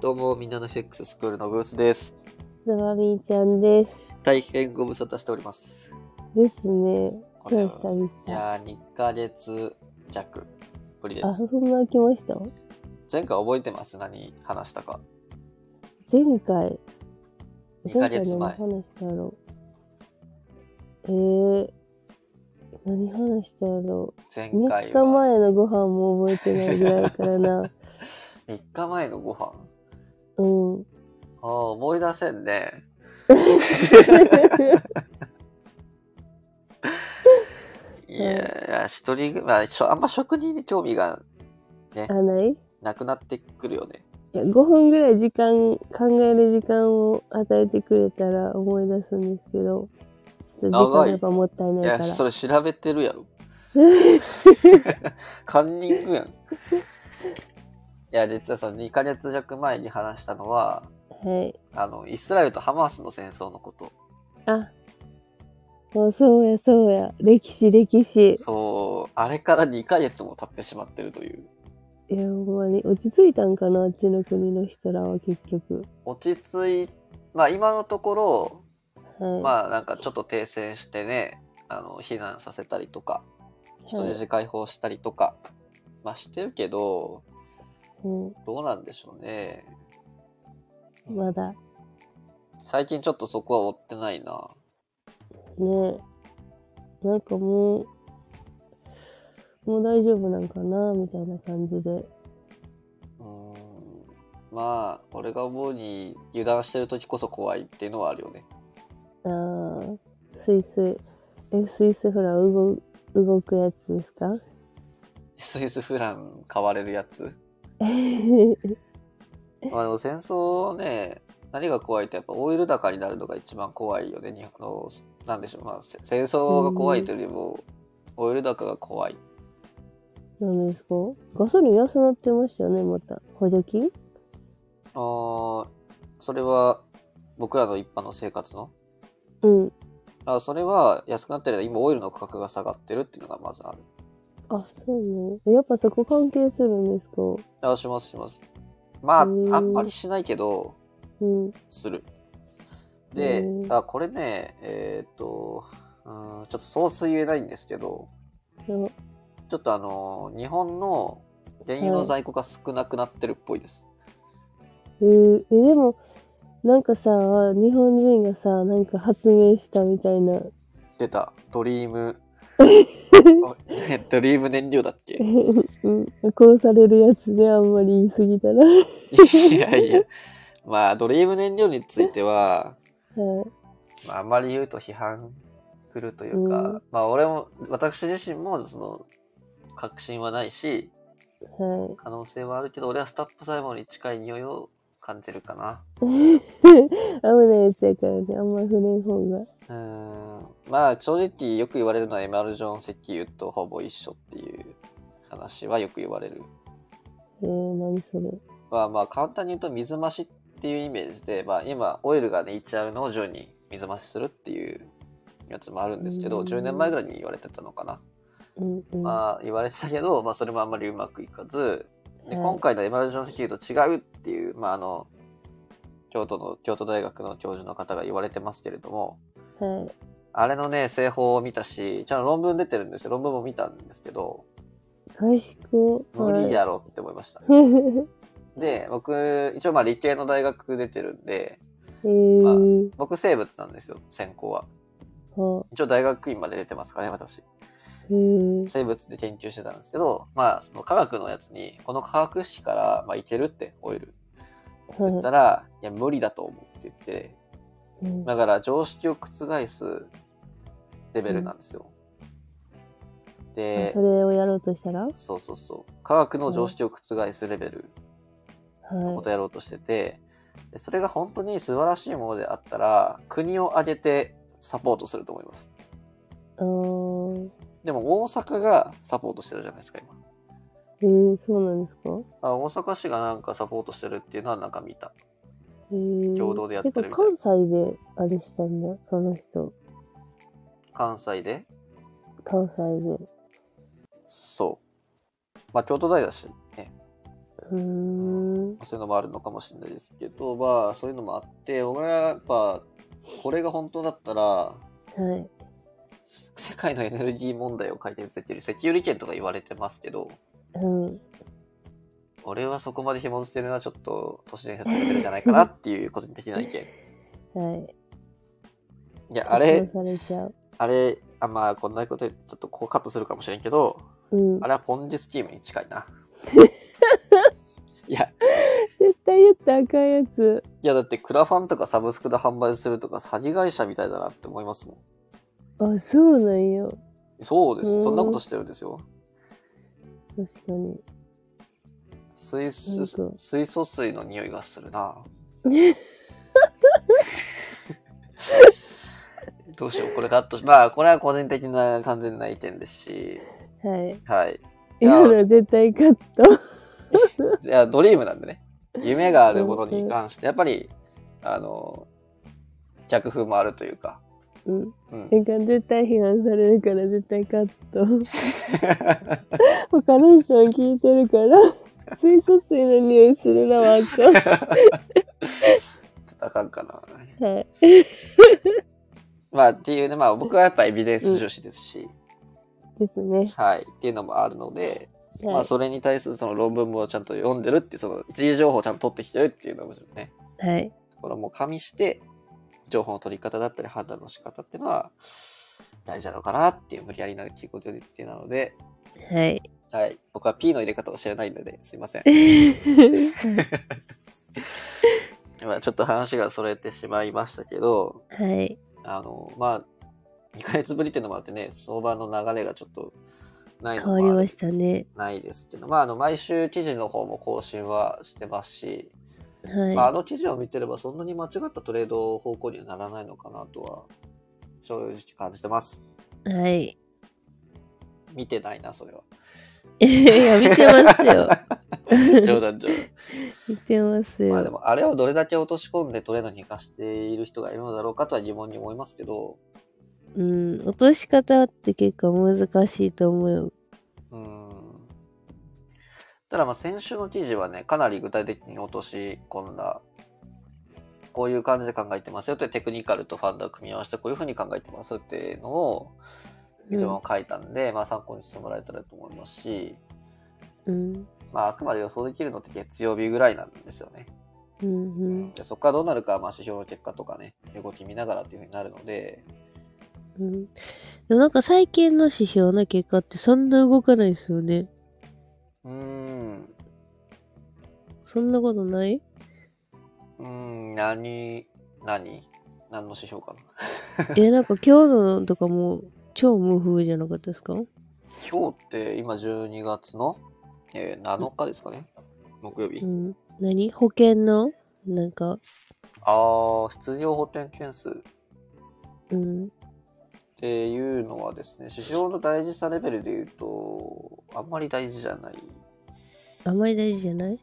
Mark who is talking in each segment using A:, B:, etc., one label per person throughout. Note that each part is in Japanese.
A: どうも、みんなの FX スクールのグースです。
B: つまみーちゃんです。
A: 大変ご無沙汰しております。
B: ですね。
A: こ
B: 超
A: れは
B: 久々。
A: いやー、2ヶ月弱ぶりで
B: あ、
A: す。
B: そんな来ました
A: 前回覚えてます何話したか。
B: 前回。
A: 2ヶ月前
B: 何話したろう。えー、何話したろ
A: 前
B: う。3
A: 回
B: 日
A: は。
B: 前のご飯も覚えてないぐらいか らな。
A: 3日前のご飯
B: うん。
A: ああ、思い出せんね。いやー、一人ぐらい、しょあんま職人に興味が
B: あ、ないい
A: なくなってくるよね。
B: や、5分ぐらい時間、考える時間を与えてくれたら思い出すんですけど、ちょっと時
A: 長
B: 間
A: い
B: やっぱもったい
A: い
B: ない
A: や、
B: から。
A: それ調べてるやろ。 カンニングやん。いや、実はその2ヶ月弱前に話したのは、
B: はい。
A: あの、イスラエルとハマスの戦争のこと。
B: あ、そうそうや、そうや。歴史、歴史。
A: そう、あれから2ヶ月も経ってしまってるという。
B: いや、ほんまに。落ち着いたんかな、あっちの国の人らは結局。
A: 落ち着い、まあ今のところ、
B: はい。
A: まあなんかちょっと停戦してね、あの、避難させたりとか、人質解放したりとか、まあしてるけど、
B: うん、
A: どうなんでしょうね。
B: まだ。
A: 最近ちょっとそこは追ってないな。
B: ねなんかもう、もう大丈夫なんかな、みたいな感じで。
A: うーんまあ俺が思うに油断してる時こそ怖いっていうのはあるよね
B: あー、スイス、え、スイスフラン動動くやつですか
A: スイスフラン買われるやつ、まあ、でも戦争ね何が怖いってやっぱオイル高になるのが一番怖いよね日本のなんでしょう、まあ、せ戦争が怖いというよりもオイル高が怖い
B: なんですかガソリン安なってましたよね、また。補助金
A: あーそれは僕らの一般の生活の
B: うん。
A: あそれは安くなってる今オイルの価格が下がってるっていうのがまずある
B: あ、そうね。やっぱそこ関係するんですか
A: あしますしますまああ
B: うーん
A: んまりしないけど
B: うん。
A: する。で
B: へ、ー
A: あこれね、えーっと、うーん、ちょっと総数言えないんですけど、
B: あ
A: ちょっとあの、日本の原油の在庫が少なくなってるっぽいです。
B: えーえ、でも、なんかさ、日本人がさ、なんか発明したみたいな。
A: 出た、ドリーム、おえドリーム燃料だっけ
B: うん殺されるやつね、あんまり言い過ぎたら。はい
A: やいや、まあ、ドリーム燃料については、まあ、あんまり言うと批判くるというか、
B: うん
A: まあ、俺も、私自身も、その、確信はないし、
B: い。 は。
A: 可能性はあるけど俺はスタップ細胞に近い匂いを感じるかない
B: 危ないやつやからね、あんま触れん方が。
A: うーんまあ正直よく言われるのはエマルジョン石油とほぼ一緒っていう話はよく言われる
B: えー、何それ。
A: まあまあ簡単に言うと水増しっていうイメージで、まあ、今オイルがね1あるのを10に水増しするっていうやつもあるんですけど
B: うん
A: 10年前ぐらいに言われてたのかな、
B: うんうん。
A: まあ言われてたけど、まあ、それもあんまりうまくいかずで
B: はい
A: 今回のエマルジョン石油と違うっていう、まあ、あの京都の京都大学の教授の方が言われてますけれども
B: はい。
A: あれのね製法を見たしちゃんと論文出てるんですよ論文も見たんですけど
B: 賢い。
A: 無理やろって思いました、
B: はい。
A: で僕一応まあ理系の大学出てるんで
B: えー、
A: 僕生物なんですよ専攻は
B: は、
A: 一応大学院まで出てますからね私
B: えー、
A: 生物で研究してたんですけどまあその科学のやつにこの化学式から、まあ、いけるってオイル言っ
B: は
A: たら、いや、無理だと思うって言って、
B: い。うん
A: だから常識を覆すレベルなんですよ。
B: あ
A: で
B: そ、れをやろうとしたらはい。
A: そうそうそう。科学の常識を覆すレベルのことをやろうとしてて、でそれが本当に素晴らしいものであったら、国を挙げてサポートすると思います。
B: あー、
A: でも大阪がサポートしてるじゃないですか、今。
B: えー、そうなんですか
A: あ大阪市がなんかサポートしてるっていうのはなんか見た。
B: 共
A: 同でやってるみたいな
B: 関西であれしたんだ、その人。
A: 関西で
B: 関西で。
A: そう。まあ、京都大だし、ね。
B: うーん。
A: そういうのもあるのかもしれないですけど、まあ、そういうのもあって、僕らやっぱ、これが本当だったら、
B: はい。
A: 世界のエネルギー問題を解決するっていうより、石油利権とか言われてますけど、
B: うん。
A: 俺はそこまで紐づけるのはちょっと都市伝説レベルじゃないかなっていう個人的な意見。い
B: はい。
A: や、あれ
B: 殺、されちゃう。
A: あれ、あ、まあ、こんなことでちょっとこうカットするかもしれんけど、
B: うん
A: あ。れはポンジスキームに近いな。いや、
B: 絶対言ったらあかんやつ。
A: いやだってクラファンとかサブスクで販売するとか詐欺会社みたいだなって思いますもん。
B: あ、そうなんや。
A: そうで
B: う
A: す。
B: ん
A: そんなことしてるんですよ。
B: 確かに。
A: 水素
B: そう
A: 水素水の匂いがするな。どうしよう、これカットし、まあ、これは個人的な完全な意見ですし、
B: はい。
A: はい。いや
B: 今のは絶対カッ
A: い
B: ト。
A: や、ドリームなんでね。夢があるものに関して、やっぱり、あの、逆風もあるというか、
B: う
A: う
B: ん。
A: ん。
B: なんか絶対批判されるから絶対カット。 他の人は聞いてるから、水素水の匂いするなはあかん。
A: ちょっとあかんかな。
B: はい。
A: まあ、っていうね、まあ、僕はやっぱエビデンス重視ですし、
B: ですね。
A: はい。っていうのもあるので、ま
B: は
A: あそれに対するその論文もちゃんと読んでるっていうその一時情報をちゃんと取ってきてるっていうのもね
B: い。はい。
A: これも加味して情報の取り方だったり判断の仕方っていうのは大事なのかなっていう無理やりな聞くことにつけなので、
B: はい。
A: はい、僕は P の入れ方を知らないのですいませんまあちょっと話がそれてしまいましたけど
B: はい。
A: あのまあ2ヶ月ぶりっていうのもあってね相場の流れがちょっとないの
B: 変
A: もあ
B: わ
A: る
B: りましたね。
A: ないですけど、まあ、あの毎週記事の方も更新はしてますしまあ、あ
B: は
A: の記事を見てればそんなに間違ったトレード方向にはならないのかなとは正直感じてます
B: い。はい。
A: 見てないなそれは
B: いや、見てます よ。
A: 冗談冗談
B: 見てますよ。
A: まあでもあれをどれだけ落とし込んでトレードに活かしている人がいるのだろうかとは疑問に思いますけど
B: うん。落とし方って結構難しいと思うよ。
A: うーんただまあ先週の記事はねかなり具体的に落とし込んだこういう感じで考えてますよってテクニカルとファンダを組み合わせてこういうふうに考えてますよっていうのを一応書いたんで、まあ参考にしてもらえたらと思いますし、
B: うん。
A: まあ、あくまで予想できるのって月曜日ぐらいなんですよね。
B: うん。
A: でそこからどうなるかは、まあ、指標の結果とかね、動き見ながらっていうふうになるので、
B: うん。うん。でもなんか最近の指標の結果ってそんな動かないですよね。
A: うーん、
B: そんなこと ないう
A: ーん、何、何何の指標かな。
B: え、なんか今日のとかも超無風じゃなかったですか
A: 今日って今12月の、えー7日ですかね。木曜日。
B: うん。何保険のなんか、
A: あー、失業保険件数っ
B: うん。
A: ていうのはですね、指標の大事さレベルで言うと、あんまり大事じゃない。
B: あまり大事じゃない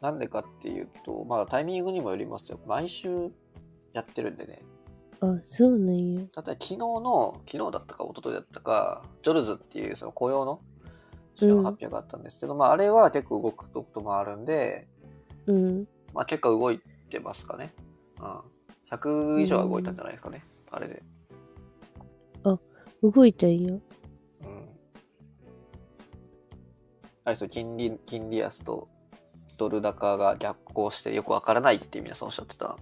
A: なんでかっていうと、まあタイミングにもよりますよ。毎週やってるんでね。
B: あ、そうなんや。
A: ただ昨日の昨日だったか一昨日だったかジョルズっていうその雇用の資料の発表があったんですけど、まああれは結構動くこともあるんで、
B: うん。
A: まあ、結構動いてますかね、うん、100以上は動いたんじゃないですかね、あれで、
B: 動いたんや。
A: うん、あれですよ金利金利安とドル高が逆行してよくわからないって皆さんおっしゃってた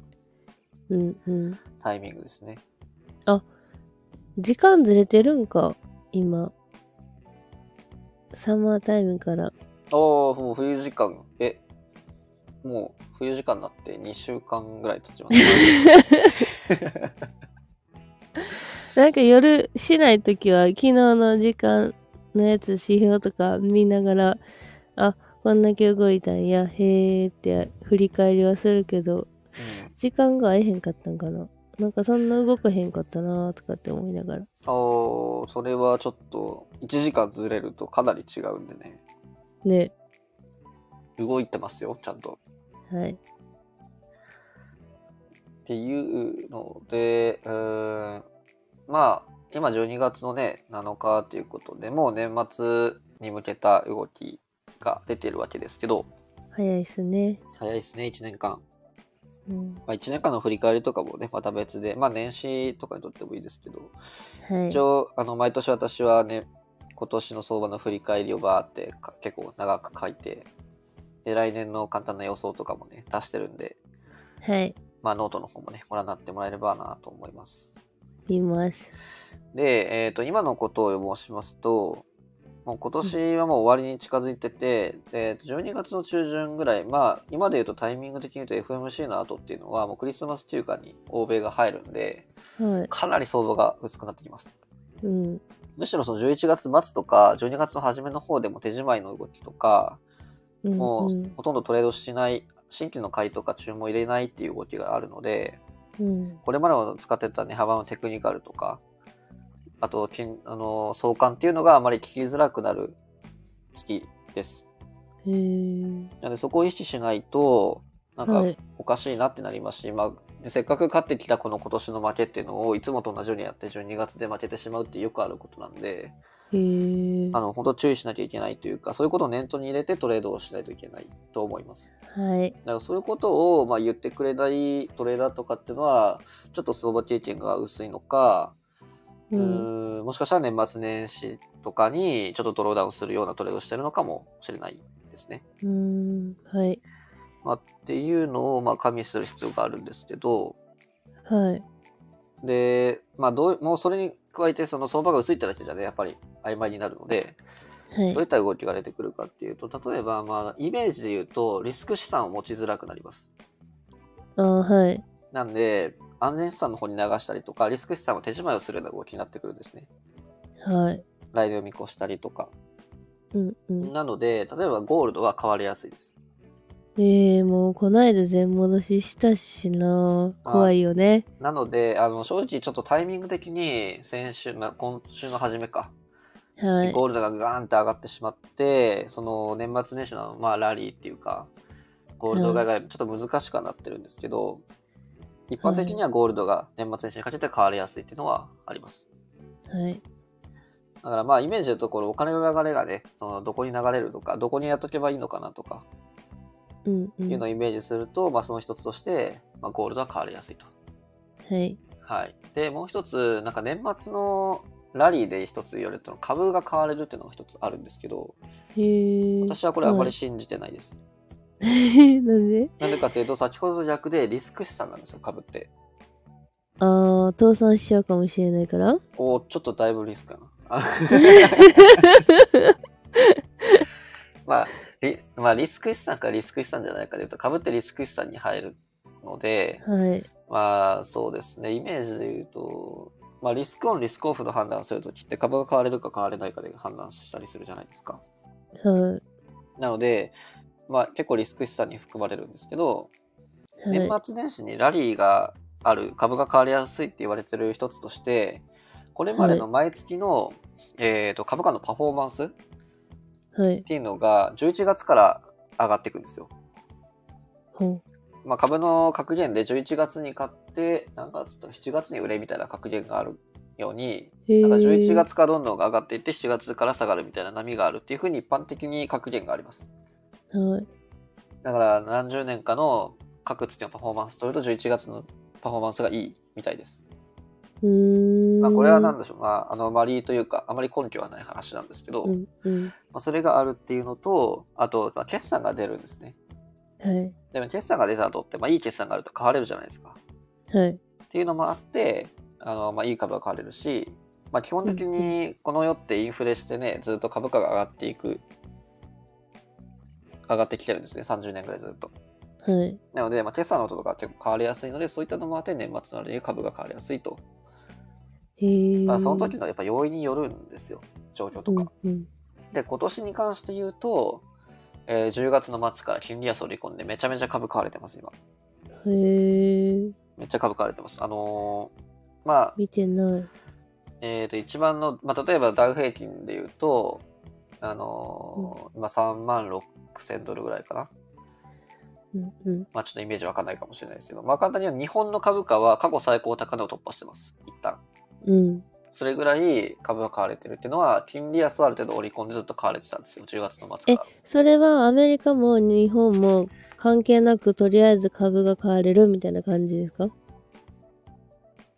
B: うんうん。
A: タイミングですね
B: 時間ずれてるんか今サマータイムから
A: おおもう冬時間えもう冬時間になって2週間ぐらい経ちますね
B: なんか夜しない時は昨日の時間のやつ指標とか見ながらあこんだけ動いたんやへーって振り返りはするけど
A: うん
B: 時間が合えへんかったんかななんかそんな動かへんかったなーとかって思いながら
A: あーそれはちょっと1時間ずれるとかなり違うんでね
B: ね
A: 動いてますよちゃんと
B: はい
A: っていうのでうーんまあ今12月のね7日ということでもう年末に向けた動きが出てるわけですけど、
B: 早いですね。
A: 早いですね、1年間。
B: うん。
A: まあ、1年間の振り返りとかもね、また別で、まあ年始とかにとってもいいですけど、
B: はい
A: 一。応、あの、毎年私はね、今年の相場の振り返りをバーってか結構長く書いて、で、来年の簡単な予想とかもね、出してるんで、
B: はい。
A: まあノートの方もね、ご覧になってもらえればなと思います。
B: 見ます。
A: で、えっ、と、今のことを申しますと、もう今年はもう終わりに近づいてて、えーと12月の中旬ぐらい、まあ、今で言うとタイミング的に言うと FMC の後っていうのは、もうクリスマス休暇に欧米が入るんで、
B: はい。
A: かなり相場が薄くなってきます。
B: うん。
A: むしろその11月末とか、12月の初めの方でも手仕まいの動きとか、
B: うん。
A: も
B: う。
A: うんほとんどトレードしない、新規の買いとか注文入れないっていう動きがあるので、
B: うん。
A: これまでの使ってた値幅のテクニカルとか、あと、金あの相関っていうのがあまり聞きづらくなる月です。
B: へー
A: なので、そこを意識しないと、なんか
B: はい、
A: おかしいなってなりますし、まあで、せっかく勝ってきたこの今年の負けっていうのを、いつもと同じようにやって、12月で負けてしまうってよくあることなんで、
B: へー
A: あの、本当注意しなきゃいけないというか、そういうことを念頭に入れてトレードをしないといけないと思います。
B: はい。
A: だからそういうことを、まあ、言ってくれないトレーダーとかっていうのは、ちょっと相場経験が薄いのか、う
B: うん。
A: ーんもしかしたら年末年始とかにちょっとドローダウンするようなトレードをしてるのかもしれないですね。
B: うん。はい。
A: まあ、っていうのをまあ加味する必要があるんですけど、
B: はい。
A: で、まあどう、もうそれに加えてその相場が薄いってだけじゃね、やっぱり曖昧になるので、
B: はい
A: どうい。った動きが出てくるかっていうと、例えばまあイメージで言うとリスク資産を持ちづらくなります。
B: あーはい。
A: なんで、安全資産の方に流したりとか、リスク資産を手締まりをするような動きになってくるんですね。
B: はい。
A: 来年を見越したりとか。
B: うん。うん。
A: なので、例えばゴールドは変わりやすいです。
B: ええもうこないだ全戻ししたしな
A: あ
B: 怖いよね。
A: なので、あの、正直ちょっとタイミング的に先週、まあ、今週の初めか、
B: はい。
A: ゴールドがガーンって上がってしまって、その年末年始の、まあ、ラリーっていうか、ゴールド買いがちょっと難しくはなってるんですけど、一般的にはゴールドが年末年始にかけて変わりやすいっていうのはあります。
B: はい。
A: だからまあ、イメージのところ、お金の流れがね、そのどこに流れるとか、どこにやっとけばいいのかなとか、
B: うん、うん。
A: いうのをイメージすると、まあ、その一つとして、まあ、ゴールドは変わりやすいと。
B: はい。
A: はい。で、もう一つ、なんか年末のラリーで一つ言われたの、株が買われるっていうのが一つあるんですけど、
B: へえ。
A: 私はこれあまり信じてないです。
B: はい。 なんで
A: なんでかっていうと、先ほどと逆でリスク資産なんですよ、株って。
B: ああ、倒産しちゃうかもしれないから。
A: おーちょっとだいぶリスク かな。あまあリ、まあ、リスク資産かリスク資産じゃないかで言うと、株ってリスク資産に入るので、
B: はい。
A: まあ、そうですね、イメージで言うと、まあ、リスクオン、リスクオフの判断するときって株が買われるか買われないかで判断したりするじゃないですか。
B: は
A: なので、まあ、結構リスク資産に含まれるんですけど、
B: い。はい
A: 年。末年始にラリーがある株が買われやすいって言われてる一つとしてこれまでの毎月の、えー、と株価のパフォーマンスっ
B: はい。
A: ていうのが11月から上がっていくんですよ。
B: ほ
A: まあ、株の格言で11月に買って何月だったか7月に売れみたいな格言があるように
B: う。へえ。
A: なんか11。月からどんどん上がっていって7月から下がるみたいな波があるっていうふうに一般的に格言があります。
B: はい。
A: だから何十年かの各月のパフォーマンスとると11月のパフォーマンスがいいみたいです。
B: うーん。
A: まあこれは何
B: だ
A: でしょう、まあ、あのあまりというかあまり根拠はない話なんですけど、
B: う
A: ま
B: ん、うん。
A: あ、それがあるっていうのとあと、まあ、決算が出るんですね
B: はい。
A: でも決算が出た後って、まあ、いい決算があると買われるじゃないですか
B: はい。
A: っていうのもあってあの、まあ、いい株が買われるし、まあ、基本的にこの世ってインフレしてねずっと株価が上がっていく上がってきてるんですね30年ぐらいずっと
B: はい。
A: なので、まあ、決算の音とか結構変わりやすいのでそういったのもあって年末なので株が変わりやすいと、
B: へえ。
A: まあ、その時のやっぱ要因によるんですよ状況とか、
B: うん、うん。
A: で、今年に関して言うと、えー10月の末から金利安を織り込んで、めちゃめちゃ株買われてます、今。
B: へえ。
A: めっちゃ株買われてます。あのーまあ、
B: 見てない。
A: えっ、と、一番の、まあ、例えばダウ平均で言うと、あのー今3万6000ドルぐらいかな。
B: うん、うん。
A: まあ、ちょっとイメージわかんないかもしれないですけど、まあ、簡単には日本の株価は過去最高高値を突破してます、一旦。
B: うん。
A: それぐらい株が買われてるっていうのは、金利安はある程度織り込んでずっと買われてたんですよ。10月の末から。
B: それはアメリカも日本も関係なくとりあえず株が買われるみたいな感じですか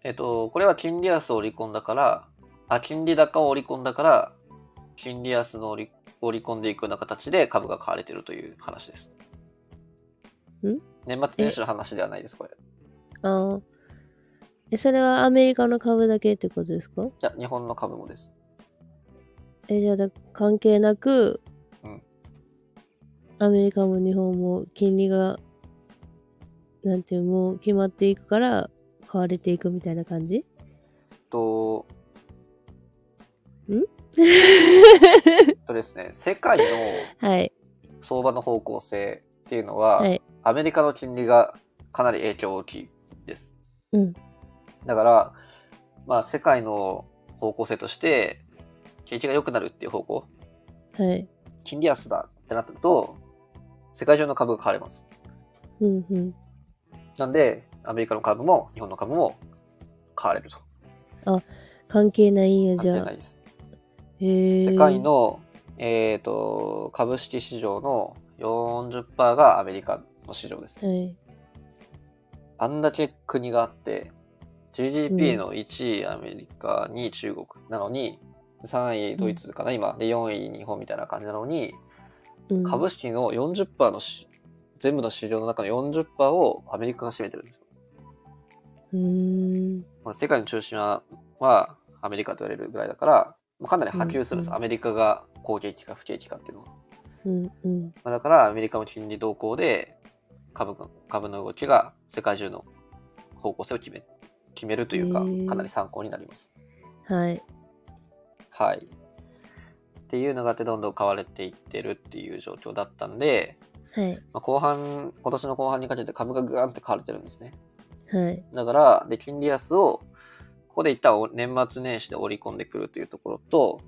A: えっと、これは金利安を織り込んだから、あ、金利高を織り込んだから、金利安の織り織り込んでいくような形で株が買われてるという話です。
B: ん
A: 年末年始の話ではないです、これ。い
B: ああ。え、それはアメリカの株だけってことですか
A: や、日本の株もです。
B: え、じゃあだ関係なく、
A: うん
B: アメリカも日本も金利が、なんていう、もう決まっていくから、買われていくみたいな感じ
A: と、とですね、世界の
B: はい。
A: 相場の方向性っていうのは、
B: はい。
A: アメリカの金利がかなり影響大きいです。
B: うん。
A: だから、まあ、世界の方向性として、景気が良くなるっていう方向、
B: はい。
A: 金利安だってなってると、世界中の株が買われます。
B: うんうん。
A: なんで、アメリカの株も日本の株も買われると。
B: 関係ないんや、じ
A: 関係
B: ゃ
A: な
B: あ。
A: いです。
B: へえ。
A: 世界。の、えっ、と、株式市場の40%がアメリカの市場です。
B: はい。
A: あんだけ国があって、GDP の1位アメリカ、2位中国なのに、3位ドイツかな、今。で、4位日本みたいな感じなのに、
B: うん、
A: 株式の40%のし、全部の市場の中の40%をアメリカが占めてるんですよ。
B: うーん。
A: まあ、世界の中心ははアメリカと言われるぐらいだから、まあ、かなり波及するんです、
B: うんうん
A: アメリカが好景気か不景気かっていうのは。
B: うんうん。
A: まあ、だからアメリカの金利動向で株が株の動きが世界中の方向性を決め決めるというか
B: へー
A: かなり参考になります。
B: はい。
A: はい。っていうのがあってどんどん買われていってるっていう状況だったんで、
B: はい。
A: まあ、後半今年の後半にかけて株がグワンって買われてるんですね。
B: はい。
A: だから、で、金利安を、ここで一旦お年末年始で織り込んでくるというところと、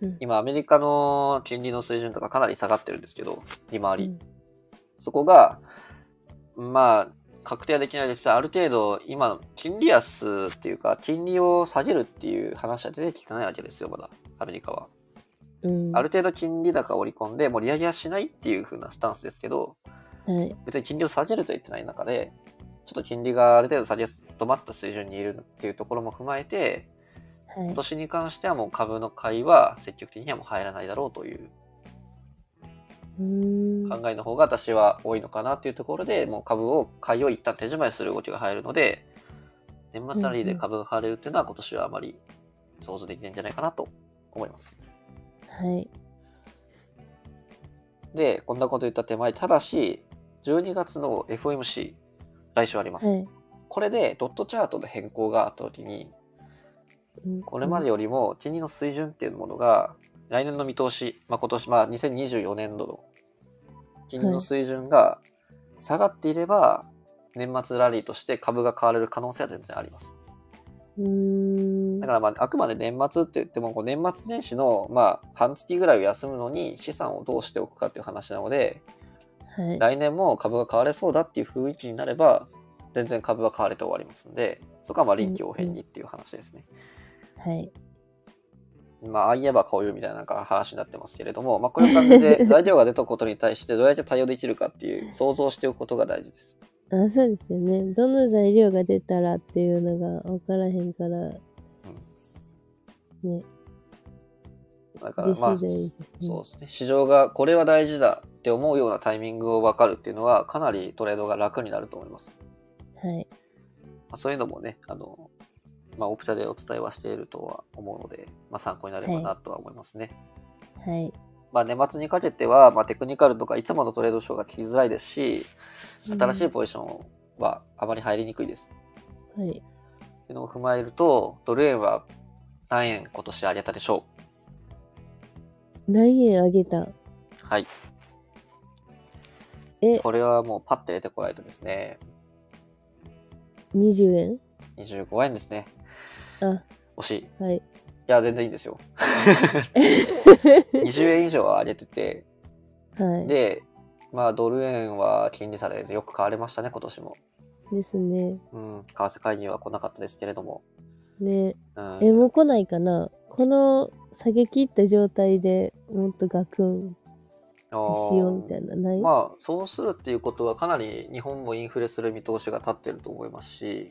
B: うん
A: 今アメリカの金利の水準とかかなり下がってるんですけど、利回り。
B: うん
A: そこが、まあ、確定はできないですがある程度、今、金利安っていうか、金利を下げるっていう話は出てきてないわけですよ、まだ、アメリカは。
B: うん。
A: ある程度金利高を織り込んで、もう利上げはしないっていう風なスタンスですけど、
B: はい。
A: 別に金利を下げるとは言ってない中で、ちょっと金利がある程度下げ、止まった水準にいるっていうところも踏まえて、
B: はい
A: 今。年に関してはもう株の買いは積極的にはもう入らないだろうという
B: うーん。
A: 考えの方が私は多いのかなっていうところで、もう株を買いを一旦手締まりする動きが入るので、年末ラリーで株が買われるっていうのは今年はあまり想像できないんじゃないかなと思います。
B: はい。
A: で、こんなこと言った手前、ただし、12月の FOMC、来週あります。
B: はい。
A: これでドットチャートの変更があった時に、
B: うん
A: これまでよりも金利の水準っていうものが、来年の見通し、まあ、今年、まあ、2024年度の金利の水準が下がっていれば、年末ラリーとして株が買われる可能性は全然あります。
B: うーん。
A: だから、まあ、あくまで年末って言っても、こう年末年始の、まあ、半月ぐらいを休むのに資産をどうしておくかっていう話なので、
B: はい。
A: 来年も株が買われそうだっていう雰囲気になれば、全然株は買われて終わりますんで、そこはまあ臨機応変にっていう話ですね。
B: はい。
A: まあ、ああ言えばこういうみたいななんか話になってますけれども、まあ、こういう感じ で材料が出たことに対してどうやって対応できるかっていう想像しておくことが大事です。
B: あ、そうですよね。どの材料が出たらっていうのが分からへんから、ね、
A: だから、
B: 嬉しい
A: まあ、
B: 材料ですね。
A: そうですね。市場がこれは大事だって思うようなタイミングを分かるっていうのは、かなりトレードが楽になると思います。
B: はい。
A: まあ、そういうのもね、あの、まあ、オプチャでお伝えはしているとは思うので、まあ、参考になればなとは思いますね。
B: はい。
A: まあ、年末にかけては、まあ、テクニカルとかいつものトレードショーが切りづらいですし、
B: うん
A: 新しいポジションはあまり入りにくいです。
B: はい。
A: っていうのを踏まえると、ドル円は何円今年上げたでしょう
B: 何円あげた
A: はい。
B: え
A: これはもうパッて出てこないとですね、
B: ?20 円
A: 25円ですね。
B: あ、
A: 惜しい。い
B: はい。
A: や、全然いいん ですよ。20円以上は上げてて、
B: はい。
A: で、まあドル円は金利差でよく買われましたね、今年も。
B: ですね。
A: うん、為替介入は来なかったですけれども。
B: ね
A: うん
B: え、もう来ないかなこの下げ切った状態でもっとガクン
A: あー
B: しようみたいな、ない、
A: まあそうするっていうことはかなり日本もインフレする見通しが立ってると思いますし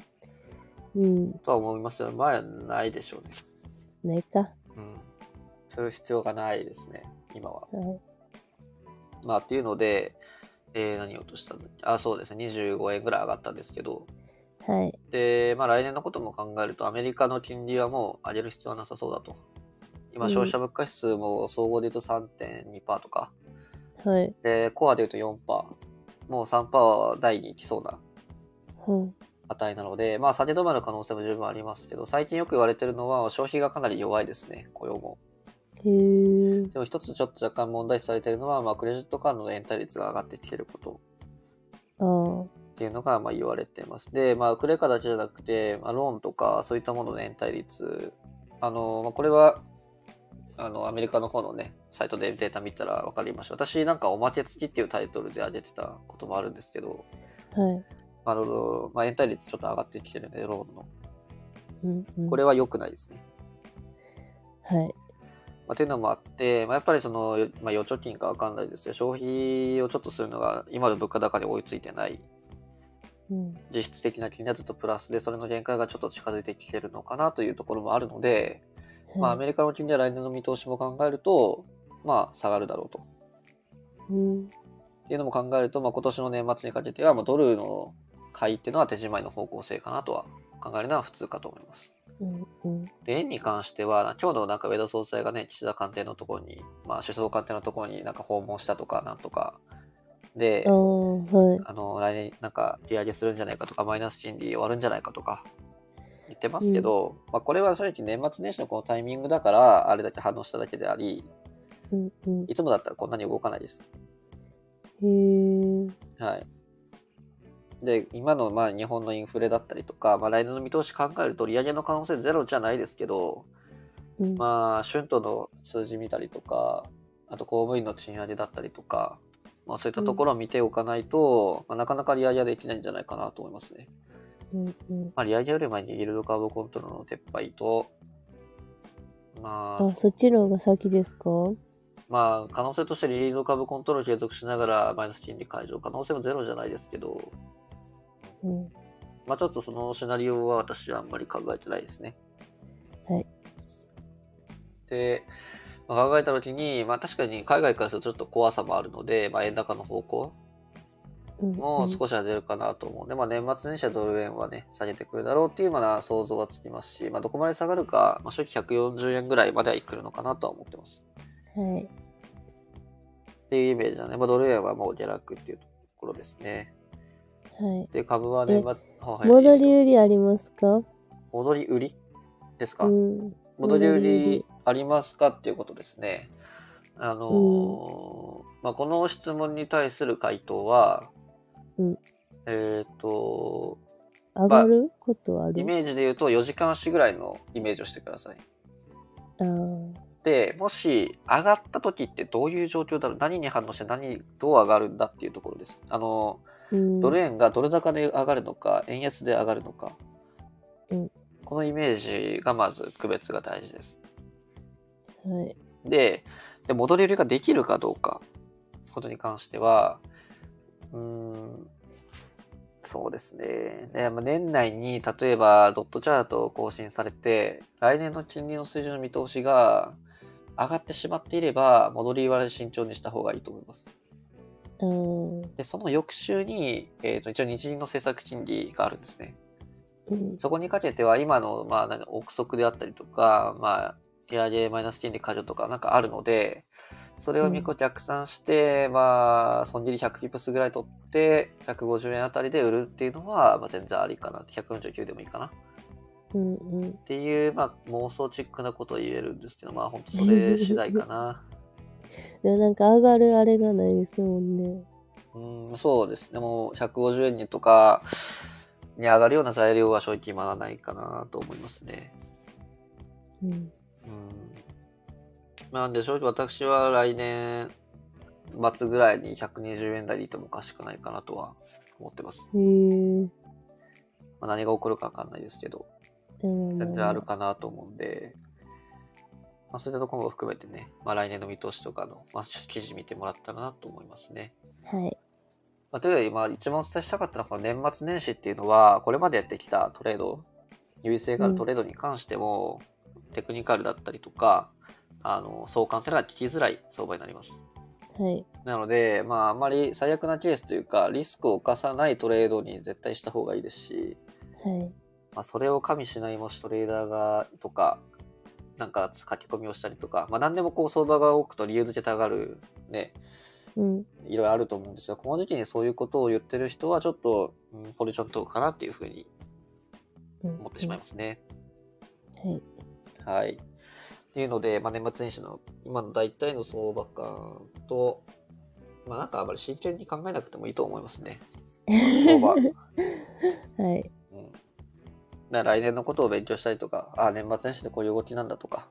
B: うん、
A: とは思いますよね前はないでしょうね、
B: ないか。
A: うん、する必要がないですね今は
B: はい。
A: まあっていうので、えー何を落としたんだっけあそうですね25円ぐらい上がったんですけど
B: はい。
A: でまあ来年のことも考えるとアメリカの金利はもう上げる必要はなさそうだと今
B: うん
A: 消費者物価指数も総合で言うと3.2%とか
B: はい。
A: でコアで言うと4%もう3%は第に行きそうな
B: うん。
A: 値なので、まあ、下げ止まる可能性も十分ありますけど、最近よく言われてるのは、消費がかなり弱いですね、雇用も。
B: へー
A: でも一つちょっと若干問題視されてるのは、まあ、クレジットカードの延滞率が上がってきてること
B: ああ。
A: っていうのが、まあ、言われてます。で、まあ、クレカだけじゃなくて、まあ、ローンとか、そういったものの延滞率、あの、まあ、これは、あの、アメリカの方のね、サイトでデータ見たらわかりました。私なんかおまけ付きっていうタイトルで上げてたこともあるんですけど、
B: はい。
A: まああの、まあ、延滞率ちょっと上がってきてるんで、ローンの。
B: うん、うん。
A: これは良くないですね。
B: はい。
A: まあ、というのもあって、まあ、やっぱりその、まあ、預貯金かわかんないですけど、消費をちょっとするのが今の物価高に追いついてない、
B: うん。
A: 実質的な金利はずっとプラスで、それの限界がちょっと近づいてきてるのかなというところもあるので、まあ、ア
B: はい
A: メリカの金利は来年の見通しも考えると、まあ、下がるだろうと。
B: うん。
A: っていうのも考えると、まあ、今年の年末にかけては、まあ、ドルの買いっていうのは手締まいの方向性かなとは考えるのは普通かと思います。
B: うん。うん。
A: で、円に関しては、今日のなんか上田総裁がね、岸田官邸のところに、まあ、首相官邸のところになんか訪問したとか、なんとか、で
B: あ、あ、はい。
A: あの、来年なんか利上げするんじゃないかとか、マイナス金利終わるんじゃないかとか、言ってますけど、まあ、これは正直年末年始のこのタイミングだから、あれだけ反応しただけであり、
B: うん。うん。
A: いつもだったらこんなに動かないです。
B: へー
A: はい。で、今のまあ日本のインフレだったりとか、まあ、来年の見通し考えると、利上げの可能性ゼロじゃないですけど、
B: うん。
A: まあ、春闘の数字見たりとか、あと公務員の賃上げだったりとか、まあ、そういったところを見ておかないと、まあ、なかなか利上げはできないんじゃないかなと思いますね。
B: うん。うん。
A: まあ、利上げより前にイールドカーブコントロールの撤廃と、まあ
B: あ、、そっちの方が先ですか
A: まあ、可能性としてリールドカーブコントロール継続しながらマイナス金利解除、可能性もゼロじゃないですけど、
B: うん。
A: まあ、ちょっとそのシナリオは私はあんまり考えてないですね。
B: はい。
A: で、まあ考えたときに、まあ、確かに海外からするとちょっと怖さもあるので、まあ、円高の方向
B: うん。
A: も
B: し。
A: 少しは出るかなと思うので、まあ、年末年始はドル円はね、下げてくるだろうっていうような想像はつきますし、まあ、どこまで下がるか、まあ、初期140円ぐらいまでは来るのかなとは思ってます。
B: はい。
A: っていうイメージだね。まあ、ドル円はもう下落っていうところですね。
B: はい。
A: で、株は年末、はい
B: 戻
A: いいですよ
B: り売りありますか
A: 戻り売りですか、
B: うん。
A: 戻り売りありますかっていうことですね。あのーまあ、この質問に対する回答は、
B: うん
A: えっ、と、
B: 上がることはあ
A: イ
B: る、
A: メージで言うと4時間足ぐらいのイメージをしてください。
B: あー
A: で、もし上がった時ってどういう状況だろう何に反応して何、どう上がるんだっていうところです。あのー、
B: うん
A: ドル円がドル高で上がるのか、円安で上がるのか。
B: うん
A: このイメージがまず区別が大事です。
B: はい。
A: で、で戻り売りができるかどうか、ことに関しては、うーん、そうですね。でまあ年内に、例えば、ドットチャートを更新されて、来年の金利の水準の見通しが上がってしまっていれば、戻り割れ慎重にした方がいいと思います。
B: あー
A: で、その翌週に、えっ、と、一応日銀の政策金利があるんですね。
B: うん。
A: そこにかけては今の、まあ、何憶測であったりとか、まあ、利上げマイナス金利過剰とかなんかあるので、それを見個逆算して、まあ、損切り100ピプスぐらい取って、150円あたりで売るっていうのは、まあ、全然ありかなって。149でもいいかな。っ
B: うん。うん。
A: ていう、まあ、妄想チックなことを言えるんですけど、まあ、本当それ次第かな。
B: でもなんか上がるあれがないですもんね。
A: うん、そうですね。もう、150円にとか、に上がるような材料は正直まだないかなと思いますね。
B: うん。
A: うんなんで正直私は来年末ぐらいに120円台にいてもおかしくないかなとは思ってます。
B: へえ。
A: まあ、何が起こるかわかんないですけど。
B: うん
A: 全然あるかなと思うんで、まあ、そういったところも含めてね、まあ、来年の見通しとかの、まあ、記事見てもらったらなと思いますね。
B: はい。
A: まあ、というより、まあ、一番お伝えしたかったのは、この年末年始っていうのは、これまでやってきたトレード、優位性があるトレードに関しても、テクニカルだったりとか、あの相関性が聞きづらい相場になります。
B: はい。
A: なので、まあ、あまり最悪なケースというか、リスクを犯さないトレードに絶対した方がいいですし、
B: はい。
A: まあ、それを加味しないもしトレーダーがとか、なんか書き込みをしたりとか、まあ、何でもこう相場が多くと理由付けたがる、ね、
B: うん。
A: いろいろあると思うんですが、この時期にそういうことを言ってる人は、ちょっと、うん、ポジション取るかなっていうふうに
B: うん
A: 思ってしまいますね。
B: はい。
A: はい。っていうので、まあ、年末年始の今の大体の相場感と、まあ、なんかあまり真剣に考えなくてもいいと思いますね。相 場。
B: はい。
A: うん、だから来年のことを勉強したりとか、あ年末年始でこういう動きなんだとか、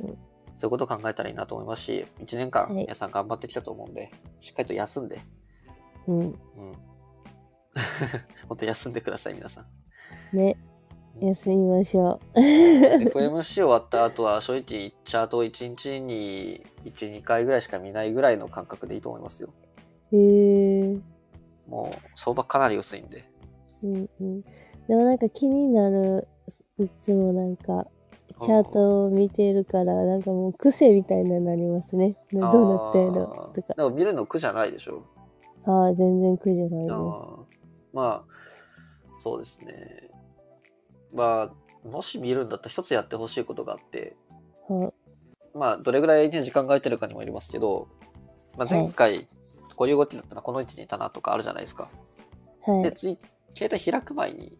B: うん
A: そういうことを考えたらいいなと思いますし、1年間
B: はい
A: 皆さん頑張ってきたと思うんで、しっかりと休んで、
B: うん。
A: うん、本当休んでください、皆さん。
B: ね。休みましょ
A: FMC 終わった後は正直チャートを1日に12回ぐらいしか見ないぐらいの感覚でいいと思いますよ
B: う。へえ。
A: もう相場かなり薄いんで
B: うんうん。でもなんか気になる、いつもなんか、チャートを見てるから、なんかもう癖みたいなのになりますね。ど
A: あー
B: うなってんのとか。
A: でも見るの苦じゃないでしょ
B: ああ、全然苦じゃない
A: あ
B: ね。
A: ーまあそうですねまあもし見るんだったら一つやってほしいことがあって
B: は
A: まあどれぐらいね時間が空いてるかにもよりますけど、まあ、前回こういう動きだったらこの位置にいたなとかあるじゃないですか、
B: は
A: で
B: い。
A: つい携帯開く前に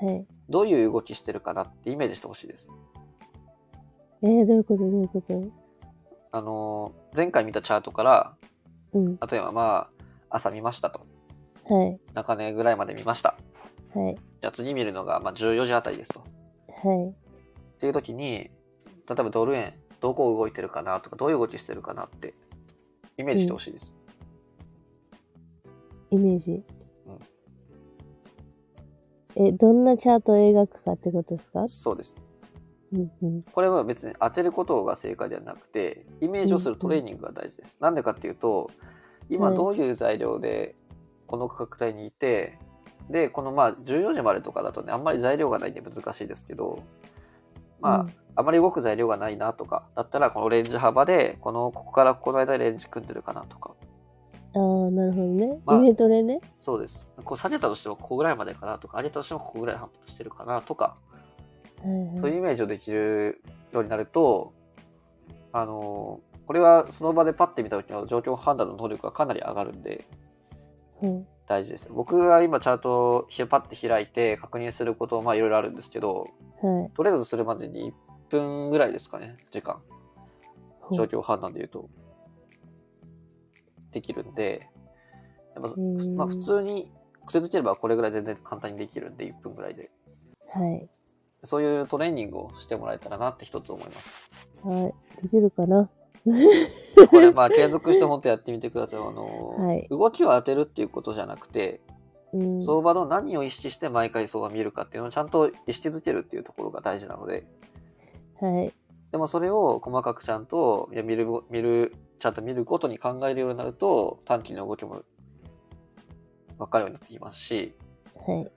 B: はい。
A: どういう動きしてるかなってイメージしてほしいです。
B: えー、どういうことどういうこと
A: あのー前回見たチャートから、
B: うん。
A: 例えばまあ、朝見ましたと。
B: はい。
A: 中根ぐらいまで見ました。
B: はい。
A: じゃあ次見るのがまあ14時あたりですと。っ
B: はい。
A: ていう時に、例えばドル円、どこ動いてるかなとか、どういう動きしてるかなって、イメージしてほしいです。
B: イメージ
A: う。
B: え、どんなチャートを描くかってことですか
A: そうです。
B: うんうん。
A: これは別に当てることが正解ではなくて、イメージをするトレーニングが大事です。なんでかっていうと、今
B: うん
A: どういう材料でこの価格帯にいて、で、このまあ14時までとかだとね、あんまり材料がないんで難しいですけど、まあ、あまり動く材料がないなとか、だったらこのレンジ幅で、この、ここからこの間レンジ組んでるかなとか、
B: ああー、なるほどね。
A: まあ
B: イメトレね。
A: そうです。こう下げたとしてもここぐらいまでかなとか、上げたとしてもここぐらい反発してるかなとか、
B: はい
A: そう
B: はい
A: いうイメージをできるようになると、あの、これはその場でパッて見た時の状況判断の能力がかなり上がるんで、
B: うん。
A: 大事です。僕は今チャートをひパッて開いて確認すること、まあいろいろあるんですけど、
B: はい。
A: トレードするまでに1分ぐらいですかね、時間。
B: ほう
A: 状況判断で言うと、できるんで、やっぱ、
B: うん
A: まあ普通に癖づければこれぐらい全然簡単にできるんで、1分ぐらいで。
B: はい。
A: そういうトレーニングをしてもらえたらなって一つ思います。
B: はい。できるかな
A: これまあ継続して本当やってみてください。あの、
B: はい
A: 動きを当てるっていうことじゃなくて、
B: うん。
A: 相場の何を意識して毎回相場見るかっていうのをちゃんと意識づけるっていうところが大事なので、
B: はい。
A: でもそれを細かくちゃんといや見るご見るちゃんと見ることに考えるようになると短期の動きも分かるようになってきますし
B: はい。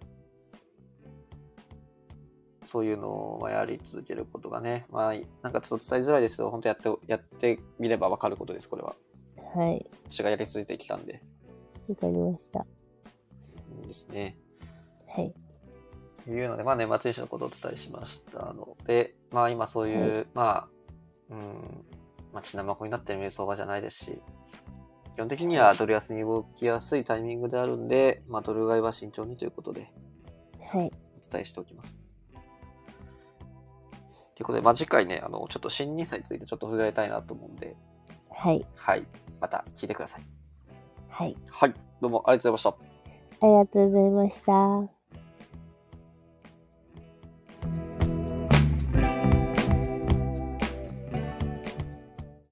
A: そういうのをまあやり続けることがねまあなんかちょっと伝えづらいですけど本当やってやってみれば分かることですこれは
B: はい。
A: 私がやり続けてきたんで
B: わかりました。
A: うんですね
B: はい。
A: というのでまあ年末年始のことをお伝えしましたのでまあ今そういう、まあうんまあ血なまこになってる見る相場じゃないですし基本的にはドル安に動きやすいタイミングであるんで、まあ、ドル買いは慎重にということで
B: はい。
A: お伝えしておきます。ということで、まあ、次回ね、あの、ちょっと新入社についてちょっと触れたいなと思うんで、
B: はい。
A: はい。また聞いてください。
B: はい。
A: はい。どうもありがとうございました。
B: ありがとうございました。